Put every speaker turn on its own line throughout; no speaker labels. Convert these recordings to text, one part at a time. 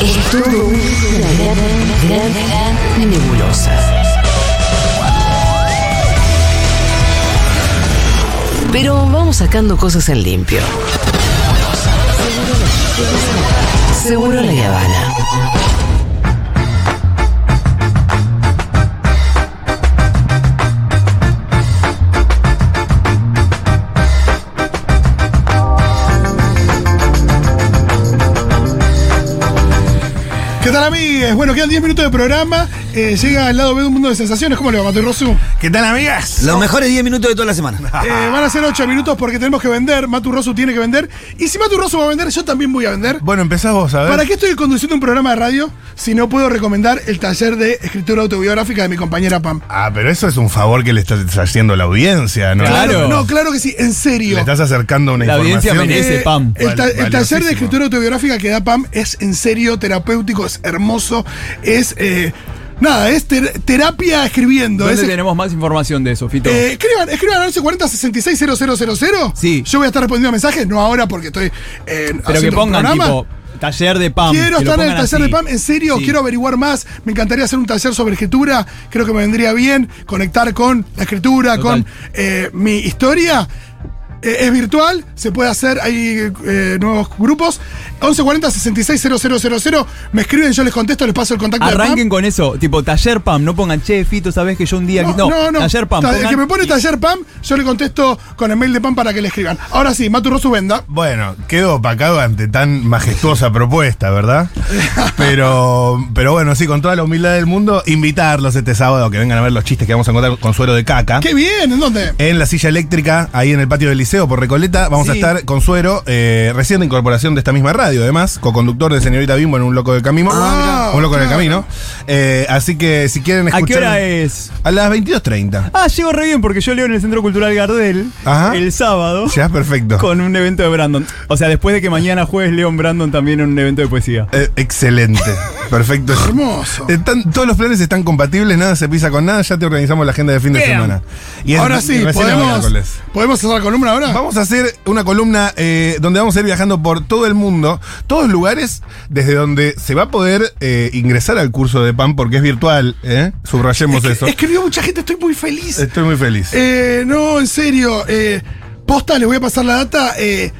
Es todo una gran, gran, gran nebulosa. Pero vamos sacando cosas en limpio. Seguro la Habana.
¿Qué tal, amigues? Bueno, quedan 10 minutos de programa. Eh, llega al lado B de un mundo de sensaciones. ¿Cómo le va, Mati Rosu?
¿Qué tal, amigas?
Los mejores 10 minutos de toda la
Ah,
semana.
Eh, van a ser 8 minutos porque tenemos que vender. Matu Rosu tiene que vender. Y si Matu Rosu va a vender, yo también voy a vender.
Bueno, empezás vos, a ver.
¿Para qué estoy conduciendo un programa de radio si no puedo recomendar el taller de escritura autobiográfica de mi compañera Pam?
Ah, pero eso es un favor que le estás haciendo a la audiencia, ¿no?
Claro.
No, claro que sí, en serio.
Le estás acercando una
La audiencia
información.
merece.
Eh,
Pam.
El, ta-
Val-
el taller
valiosísimo.
de escritura autobiográfica que da Pam es en serio terapéutico, es hermoso, es... eh, nada, es ter- terapia escribiendo.
¿Dónde
es-
tenemos más información de eso, Fito?
Eh, escriban, escriban al 1140 66 000.
Sí.
Yo voy a estar respondiendo mensajes, no ahora porque estoy. eh,
Pero que
haciendo un
pongan,
programa.
tipo, taller de PAM.
Quiero
que lo
estar en el
pongan
taller
así.
de PAM, en serio,
Sí.
quiero averiguar más. Me encantaría hacer un taller sobre escritura. Creo que me vendría bien conectar con la escritura,
Total.
con eh, mi historia. Eh, es virtual, se puede hacer, hay eh, nuevos grupos. 1140-660000. Me escriben, yo les contesto, les paso el contacto de
Arranquen
PAM.
con eso, tipo taller PAM, no pongan, che, Fito, sabes que yo un día... No, taller PAM.
Ta- El
pongan-
que me pone taller PAM, yo le contesto con el mail de PAM para que le escriban. Ahora sí, Matu Rosu venda.
Bueno, quedo opacado ante tan majestuosa propuesta, ¿verdad? Pero, pero bueno, sí, con toda la humildad del mundo, invitarlos este sábado a que vengan a ver los chistes que vamos a encontrar con suero de caca.
¡Qué bien! ¿En dónde?
En la silla eléctrica, ahí en el patio del liceo por Recoleta, vamos a
Sí.
estar con Suero, eh, recién de incorporación de esta misma radio, además, co-conductor de Señorita Bimbo en Un Loco del Camino.
Ah, mirá.
un Loco del
Claro.
Camino. Eh, así que si quieren
¿A
escuchar.
qué hora es?
A las 22.30.
Ah, llego re bien porque yo leo en el Centro Cultural Gardel
Ajá.
el sábado
Ya, perfecto.
con un evento de Brandon. O sea, después de que mañana jueves leo en Brandon también en un evento de poesía.
Eh, excelente. Perfecto.
Hermoso.
Están- todos los planes están compatibles, nada se pisa con nada, ya te organizamos la agenda de fin de
Bien.
semana. Y es
Ahora
re-
sí,
recién el
podemos,
miércoles.
¿podemos hacer la columna ahora?
Vamos a hacer una columna eh, donde vamos a ir viajando por todo el mundo, todos lugares desde donde se va a poder eh, ingresar al curso de PAN porque es virtual, ¿eh? subrayemos eso.
Escribió mucha gente, estoy muy feliz.
Estoy muy feliz.
Eh, no, en serio. eh, posta, les voy a pasar la data. eh,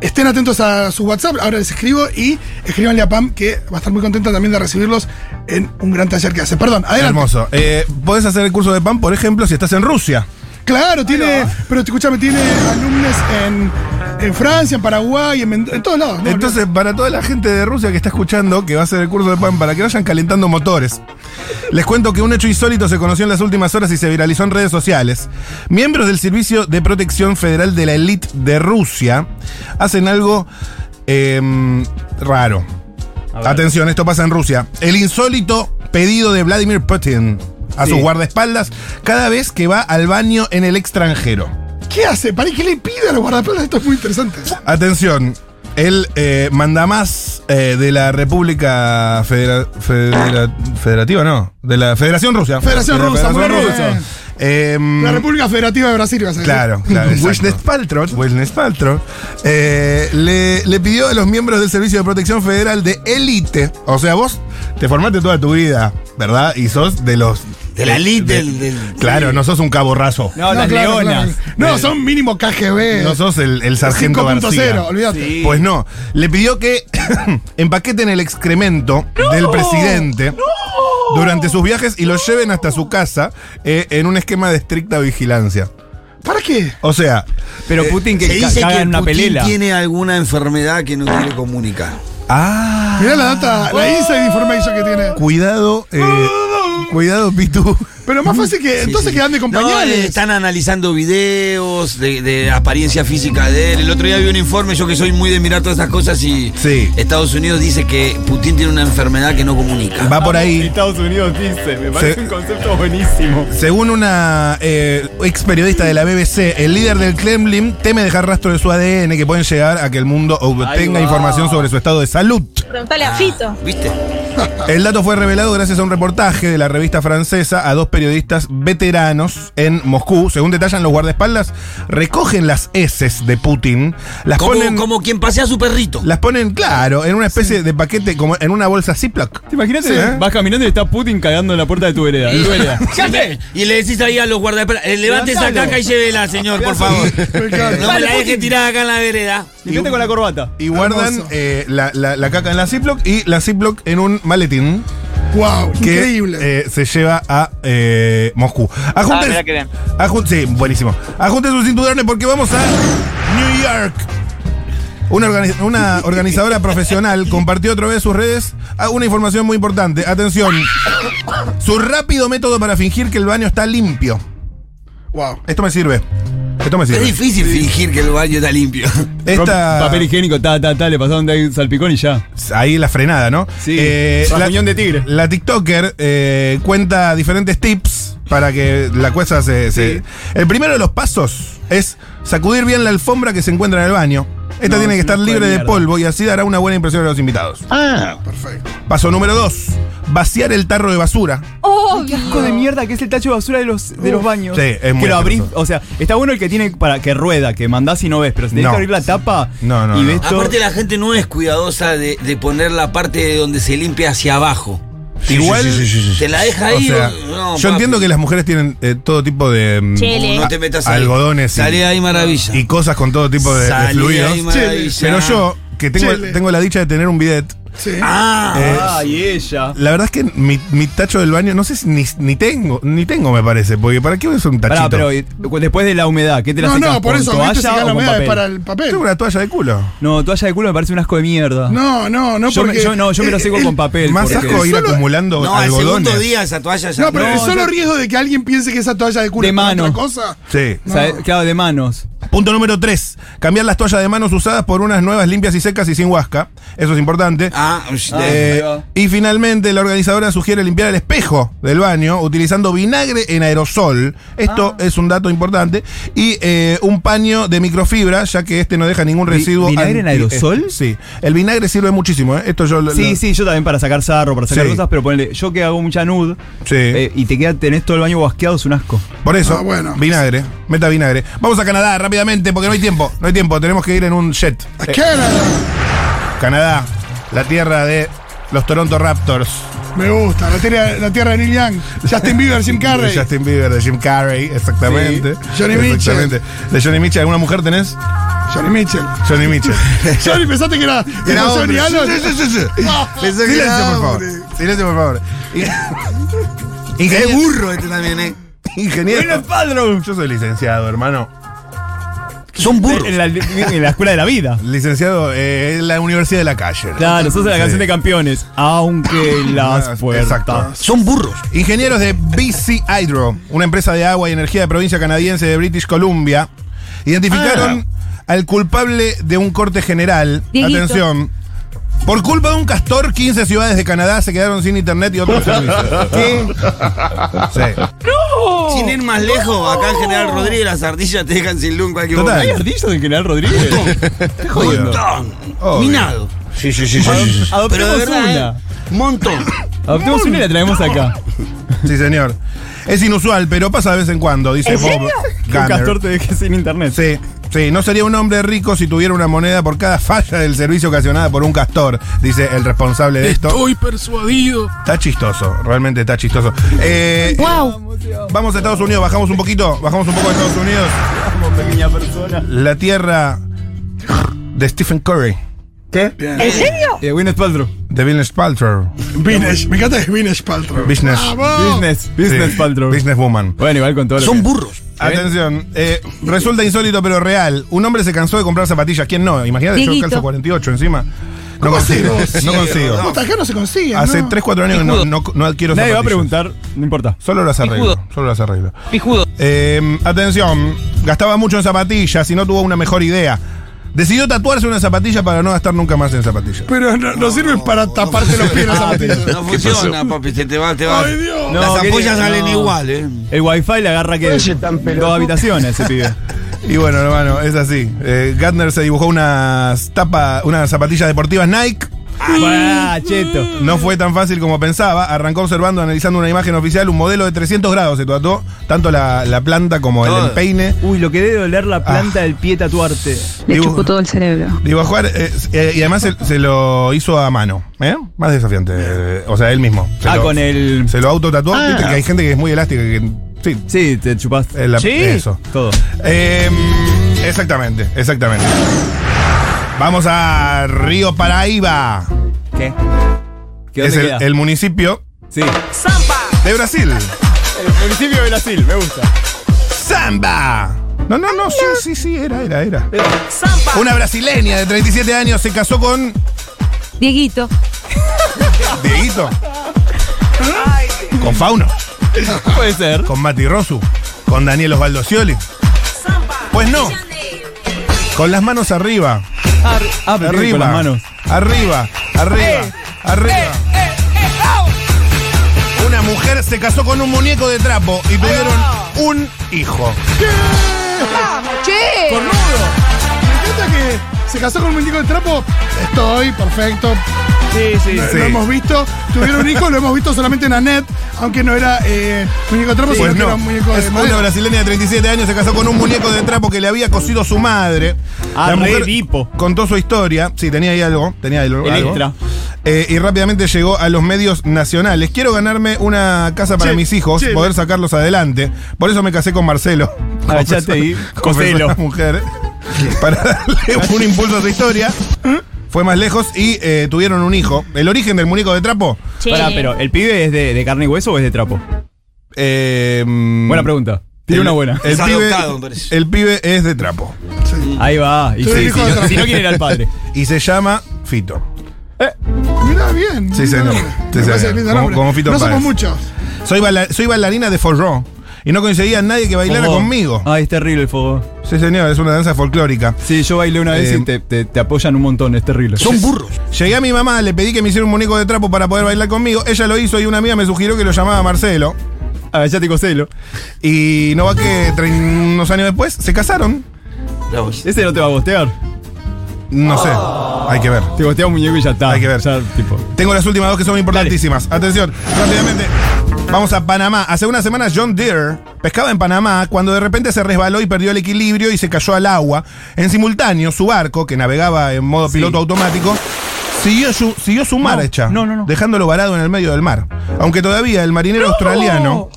estén atentos a su WhatsApp. Ahora les escribo y escríbanle a Pam, que va a estar muy contenta también de recibirlos en un gran taller que hace. Perdón, adelante.
Hermoso. Eh, podés hacer el curso de PAN, por ejemplo, si estás en Rusia.
Claro, tiene. Pero escúchame, tiene alumnos en, en Francia, en Paraguay, en, Mend- en todos lados. ¿no?
Entonces, para toda la gente de Rusia que está escuchando, que va a hacer el curso de PAN, para que vayan calentando motores, les cuento que un hecho insólito se conoció en las últimas horas y se viralizó en redes sociales. Miembros del Servicio de Protección Federal de la Elite de Rusia hacen algo em, raro. Atención, esto pasa en Rusia. El insólito pedido de Vladimir Putin a sus guardaespaldas cada vez que va al baño en el extranjero.
¿Qué hace? ¿Para qué le pide a los guardaespaldas? Esto es muy interesante.
Atención, el eh, mandamás eh, de la República Federa- Federa- Federativa, no, de la Federación Rusa.
Federación
De la
Rusa, muy bien.
Mm.
Em,
La República Federativa de Brasil, vas a decir.
Claro, claro. Wisnes Paltrow. Wisnes Paltrow, eh, le, le pidió a los miembros del Servicio de Protección Federal de élite. O sea, vos te formaste toda tu vida, ¿verdad? Y sos de los.
De la elite,
de-
del- del-
Claro, no sos un caborrazo.
No, las
claro,
leonas.
claro. No, son mínimo KGB.
No sos el, el sargento García.
5.0, olvídate.
Pues no, le pidió que empaqueten el excremento del presidente durante sus viajes y lo lleven hasta su casa eh, en un esquema de estricta vigilancia.
¿Para qué?
O sea,
Pero Putin que
Eh, Se
ca-
dice
caga
que
en una
Putin
pelela.
tiene alguna enfermedad que no quiere comunicar.
ah,
Mirá la data, la inside information que tiene. Ah.
cuidado, eh, cuidado, Pitu.
Pero más fácil que. entonces que ande con
No,
pañales.
eh, están analizando videos de, de apariencia física de él. El otro día vi un informe, yo que soy muy de mirar todas esas cosas y
Sí.
Estados Unidos dice que Putin tiene una enfermedad que no comunica.
Va por ahí.
Estados Unidos dice, me
parece un
concepto buenísimo.
Según una eh, ex periodista de la BBC, el líder del Kremlin teme dejar rastro de su ADN que pueden llegar a que el mundo
va.
obtenga información sobre su estado de salud.
Preguntale a Fito.
¿Viste?
El dato fue revelado gracias a un reportaje de la revista francesa a dos periodistas veteranos en Moscú. Según detallan los guardaespaldas, recogen las heces de Putin, las
Como,
ponen,
como quien pasea a su perrito.
las ponen, claro, en una especie de paquete, como en una bolsa Ziploc.
¿Te imaginas?
Sí, ¿eh?
Vas caminando y está Putin cagando en la puerta de tu vereda. de tu vereda.
¡Cállate! Y le decís ahí a los guardaespaldas, eh, levante esa
Levantalo.
caca y llévela, señor, por favor. No me
Dale,
la deje
Putin.
tirada acá en la vereda.
Limpiate con la corbata.
Y guardan
Hermoso.
eh, la, la- la caca en la Ziploc y la Ziploc en un maletín
¡Wow!
que
Increíble.
eh, se lleva a eh, Moscú. Ajunten-
Ah, mirá qué bien.
ajun- sí, buenísimo. Ajunten sus cinturones ¿eh? porque vamos a New York. Una, organi- una organizadora profesional compartió otra vez en sus redes ah, una información muy importante. Atención. Su rápido método para fingir que el baño está limpio.
¡Wow!
Esto me sirve. Esto me
Es
sirve.
difícil fingir que el baño está limpio.
Esta,
Papel higiénico, ta, ta, ta, le pasaron de ahí un salpicón y ya.
Ahí la frenada, ¿no? Eh,
Sí, rajuñón de tigre.
La TikToker eh, cuenta diferentes tips para que la cuesta se, se- El primero de los pasos es sacudir bien la alfombra que se encuentra en el baño. Esta
No,
tiene
es
que estar
una
libre de
mierda.
polvo y así dará una buena impresión a los invitados.
Ah.
Perfecto.
Paso número dos. Vaciar el tarro de basura.
Obvio.
Hijo de mierda que es el tacho de basura de los, de los baños.
Sí, es muy
Que lo abrís,
asqueroso.
o sea, está bueno el que tiene para que rueda, que mandás y no ves, pero si tenés
No.
que abrir la tapa
No, no,
y
no.
ves todo.
Aparte la gente no es cuidadosa de, de poner la parte de donde se limpia hacia abajo.
Igual.
¿Te la deja
o
ahí?
sea,
o- no,
yo
papi.
entiendo que las mujeres tienen eh, todo tipo de. mm,
Chele.
No te metas ahí.
Algodones y-
Salí ahí maravilla.
Y cosas con todo tipo de, de
Salí
fluidos.
ahí maravilla.
Pero yo, que tengo,
Chele.
tengo la dicha de tener un bidet.
Sí.
Ah,
eh,
Ay, ella.
La verdad es que mi, mi tacho del baño, no sé si ni, ni tengo, ni tengo me parece, porque ¿para qué voy a usar un
Pará,
tachito?
pero eh, después de la humedad, ¿qué te la
No,
secás?
no, por
¿Con
eso.
toalla
¿Viste si
o
la
con
humedad
papel?
para el papel?
Tengo una toalla de culo.
No, toalla de culo me parece un asco de mierda.
No, no, no,
yo, me-
porque. eh,
yo no, yo me lo seco
el-
con papel.
Más
porque-
asco ir
Solo-
acumulando
no, al
algodones.
segundo día esa toalla ya
No, pero el
No,
solo
yo-
riesgo de que alguien piense que esa toalla de culo
De
es para
mano.
otra cosa.
Sí.
o sea,
No.
Claro, de manos.
Punto número 3. Cambiar las toallas de manos usadas por unas nuevas limpias y secas y sin huasca. Eso es importante.
Ah, ush,
Ah.
de-
Eh,
ahí va.
y finalmente la organizadora sugiere limpiar el espejo del baño utilizando vinagre en aerosol. Esto
Ah.
es un dato importante. Y eh, un paño de microfibra, ya que este no deja ningún
Vi-
residuo.
¿vinagre en
anti-
aerosol?
eh, sí. El vinagre sirve muchísimo. ¿eh? Esto yo lo-
Sí,
lo-
sí, yo también para sacar sarro, para sacar
Sí.
cosas, pero ponele, yo que hago mucha nude
Sí.
eh, y te queda, tenés todo el baño guasqueado, es un asco.
Por eso,
Ah, bueno.
vinagre, meta vinagre. Vamos a Canadá rápidamente porque no hay tiempo, no hay tiempo, tenemos que ir en un jet.
¿A
Eh,
qué era?
Canadá, la tierra de los Toronto Raptors.
Me gusta, la tierra, la tierra de Neil Young. Justin Bieber, Jim Carrey.
De Justin Bieber, de Jim Carrey, exactamente.
Sí. Johnny
Exactamente. De Johnny Mitchell, ¿alguna mujer tenés?
Johnny Mitchell.
Johnny Mitchell.
Johnny, pensaste que era. que era Johnny Allen.
Sí, sí, sí, sí.
Pensé que
Ah. Silencio,
era
por favor.
hombre.
Silencio, por favor.
Qué
Ingeniero.
burro este también, eh.
Ingeniero. Yo soy licenciado, hermano.
Son burros.
En la, en la escuela de la vida.
Licenciado eh, en la Universidad de la Calle.
Claro, sos de la
Sí. Ah,
canción de campeones. Aunque las puertas.
Exacto.
Son burros.
Ingenieros de BC Hydro, una empresa de agua y energía de provincia canadiense de British Columbia, identificaron
Ah.
al culpable de un corte general.
Dieguito.
Atención. Por culpa de un castor, 15 ciudades de Canadá se quedaron sin internet y otros servicios. ¿Qué? Sí.
Sin ir más lejos, acá en General Rodríguez las ardillas te dejan sin luz en cualquier
Total.
¿Hay ardillas en General Rodríguez?
momento. Montón.
Obvio.
Minado. Sí, sí, sí, Pero de
Adoptemos
verdad,
una.
eh, Montón.
Adoptemos una y la traemos acá.
Sí, señor. Es inusual, pero pasa de vez en cuando, dice
¿En
Bob
serio?
Que un
Gunner.
castor te deje sin internet.
Sí, sí, no sería un hombre rico si tuviera una moneda por cada falla del servicio ocasionada por un castor, dice el responsable de esto.
Estoy persuadido.
Está chistoso, realmente está chistoso. Eh,
Wow.
Vamos a Estados Unidos, bajamos un poquito, bajamos un poco a Estados Unidos.
Como pequeña persona.
La tierra de Stephen Curry,
¿En serio?
Eh, Gwyneth Paltrow.
de Business Paltrow.
Vinesh, me encanta que es Vinesh Paltrow.
Business.
Ah, ¡Vamos!
Business. Business
Sí,
Paltrow.
Businesswoman.
Bueno, igual con todo lo
Son
que-
burros.
Atención, eh, resulta insólito pero real. Un hombre se cansó de comprar zapatillas. ¿Quién no? Imagínate, yo
Dieguito.
calzo 48 encima. No consigo. No consigo.
Puta, acá no se consigue.
Hace
¿no?
3, 4 años que no, no, no adquiero
Nadie va a
zapatillas.
preguntar, no importa.
Solo las arreglo.
Pijudo.
Solo las arreglo.
Pijudo.
Eh, atención, gastaba mucho en zapatillas y no tuvo una mejor idea. Decidió tatuarse una zapatilla para no gastar nunca más en zapatillas.
Pero no, no sirven para taparte los pies las zapatillas.
No funciona, papi. Te, te va, te va.
¡Ay, Dios!
Ah, No,
las
querido,
ampollas salen
no.
igual, eh.
El wifi le agarra que dos habitaciones ese pibe.
Y bueno, hermano, es así. Eh, Gartner se dibujó unas tapas, unas zapatillas deportivas Nike
Pará, Ah, cheto.
No fue tan fácil como pensaba. Arrancó observando, analizando una imagen oficial, un modelo de 300 grados se trató, tanto la, la planta como el
Todo.
empeine.
Uy, lo que debe doler la
Ah.
planta del pie tatuarte.
Le
Dibu-
chupó todo el cerebro.
Dibujó, eh, eh, y además se, se lo hizo a mano, ¿eh? Más desafiante, eh, o sea, él mismo. Se
Ah,
lo-
con el.
Se lo autotatuó,
Ah.
viste que hay gente que es muy elástica, que sí.
Sí, te chupaste.
Eh, la-
sí,
eso.
Todo.
Eh, exactamente, exactamente. Vamos a Río Paraíba.
¿Qué? ¿Qué
Es
dónde
el,
queda?
el municipio
Sí.
de Brasil.
El municipio de Brasil, me gusta.
Samba. No, no, no, sí, sí, sí, era, era, era. Una brasileña de 37 años se casó con
Dieguito.
Dieguito. Con Fauno.
Puede ser.
con Mati Rosu, con Daniel Osvaldo Scioli. Pues no. Con las manos arriba.
ah, pero tiene
arriba.
con las manos.
Arriba, arriba, arriba. Una mujer se casó con un muñeco de trapo y tuvieron un hijo.
¡Che!
¡Cornudo! Me encanta que se casó con un muñeco de trapo. Estoy perfecto.
Sí, sí.
Lo hemos visto. Tuvieron un hijo, lo hemos visto solamente en Annette, aunque no era eh, muñeco de trapo, sino
Pues
que
no.
era un muñeco
Es
de
una
madera.
brasileña de 37 años se casó con un muñeco de trapo que le había cosido su madre.
Ah, re Edipo.
contó su historia. Sí, tenía ahí algo. Tenía ahí algo.
Electra.
Eh, y rápidamente llegó a los medios nacionales. Quiero ganarme una casa para
Che,
mis hijos,
che.
poder sacarlos adelante. Por eso me casé con Marcelo.
Agachate
Confesó-
ahí,
confesó
coselo.
la mujer. Para darle un impulso a su historia. Fue más lejos y eh, tuvieron un hijo. El origen del muñeco de trapo.
Pará, pero ¿el pibe es de, de carne y hueso o es de trapo?
eh,
Buena pregunta. Tiene
Mm. el-
una buena.
El
Es
pibe,
adoptado, me parece.
el pibe es de trapo.
Ahí va. Y
Tú
sí,
eres
si,
hijo de
no,
trapo.
si no, ¿quién era el padre?
Y se llama Fito.
Mirá bien.
Sí,
lindo
señor.
nombre.
Sí,
Me parece
señor.
lindo
Como-
nombre.
como Fito
No somos
Páez.
muchos.
Soy, baila- soy bailarina de forró y no conseguía nadie que bailara
Fogó.
conmigo.
Ay, es terrible el fuego.
Sí, señor, es una danza folclórica.
Sí, yo bailé una vez
Eh,
y te, te- te apoyan un montón, es terrible.
Son burros.
Llegué a mi mamá, le pedí que me hiciera un muñeco de trapo para poder bailar conmigo. Ella lo hizo y una amiga me sugirió que lo llamaba Marcelo.
Agachate y coselo.
Y no va que tre- unos años después se casaron.
No,
Ese no te va a bostear.
No sé, hay que ver.
Te bostea un muñeco y ya está.
Hay que ver.
Ya, tipo.
Tengo las últimas dos que son importantísimas. Atención, rápidamente. Vamos a Panamá. Hace una semana John Deere pescaba en Panamá cuando de repente se resbaló y perdió el equilibrio y se cayó al agua. En simultáneo, su barco, que navegaba en modo piloto automático, siguió su, siguió su marcha,
no, no, no.
dejándolo varado en el medio del mar. Aunque todavía el marinero australiano...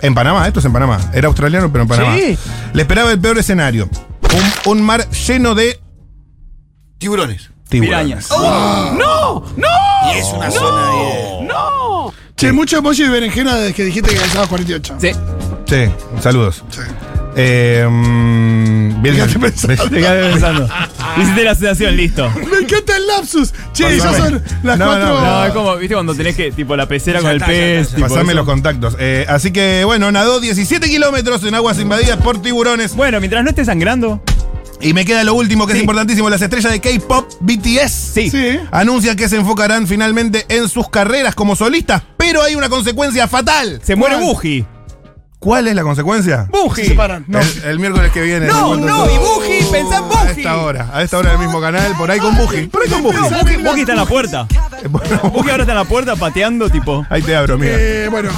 En Panamá, esto es en Panamá. Era australiano, pero en Panamá. Le esperaba el peor escenario. Un, un mar lleno de
Tiburones.
Pirañas.
tiburones.
¡Oh!
Y es una zona de.
Che, mucho emoji de berenjena desde que dijiste que alzabas 48.
Sí.
Sí, saludos.
Sí.
Eh, mm, bien,
Fíjate pensando.
Te quedaste pensando. Hiciste la sensación, listo.
Me encanta el lapsus. Che, ya
Pásame.
son las
No, no,
cuatro.
No, es como, viste, cuando tenés que, tipo, la pecera
Ya
con el
está, ya está,
pez.
ya
tipo,
Pasame
eso.
los contactos. Eh, así que, bueno, nadó 17 kilómetros en aguas invadidas por tiburones.
Bueno, mientras no esté sangrando.
Y me queda lo último que es
Sí.
importantísimo: las estrellas de K-pop, BTS,
Sí.
Sí.
anuncian que se enfocarán finalmente en sus carreras como solistas. Pero hay una consecuencia fatal.
Se muere
¿Cuál?
Buji.
¿Cuál es la consecuencia?
Buji.
Se separan. No.
El, el miércoles que viene.
No,
Te cuento
no,
todo.
y Buji, pensá en
A
Buji.
esta hora, a esta hora del mismo canal, por ahí con Buji. Por ahí con Buji.
No, Buji, Buji está en la puerta.
Bueno,
Buji ahora está en la puerta pateando, tipo.
ahí te abro, mira.
Eh, bueno.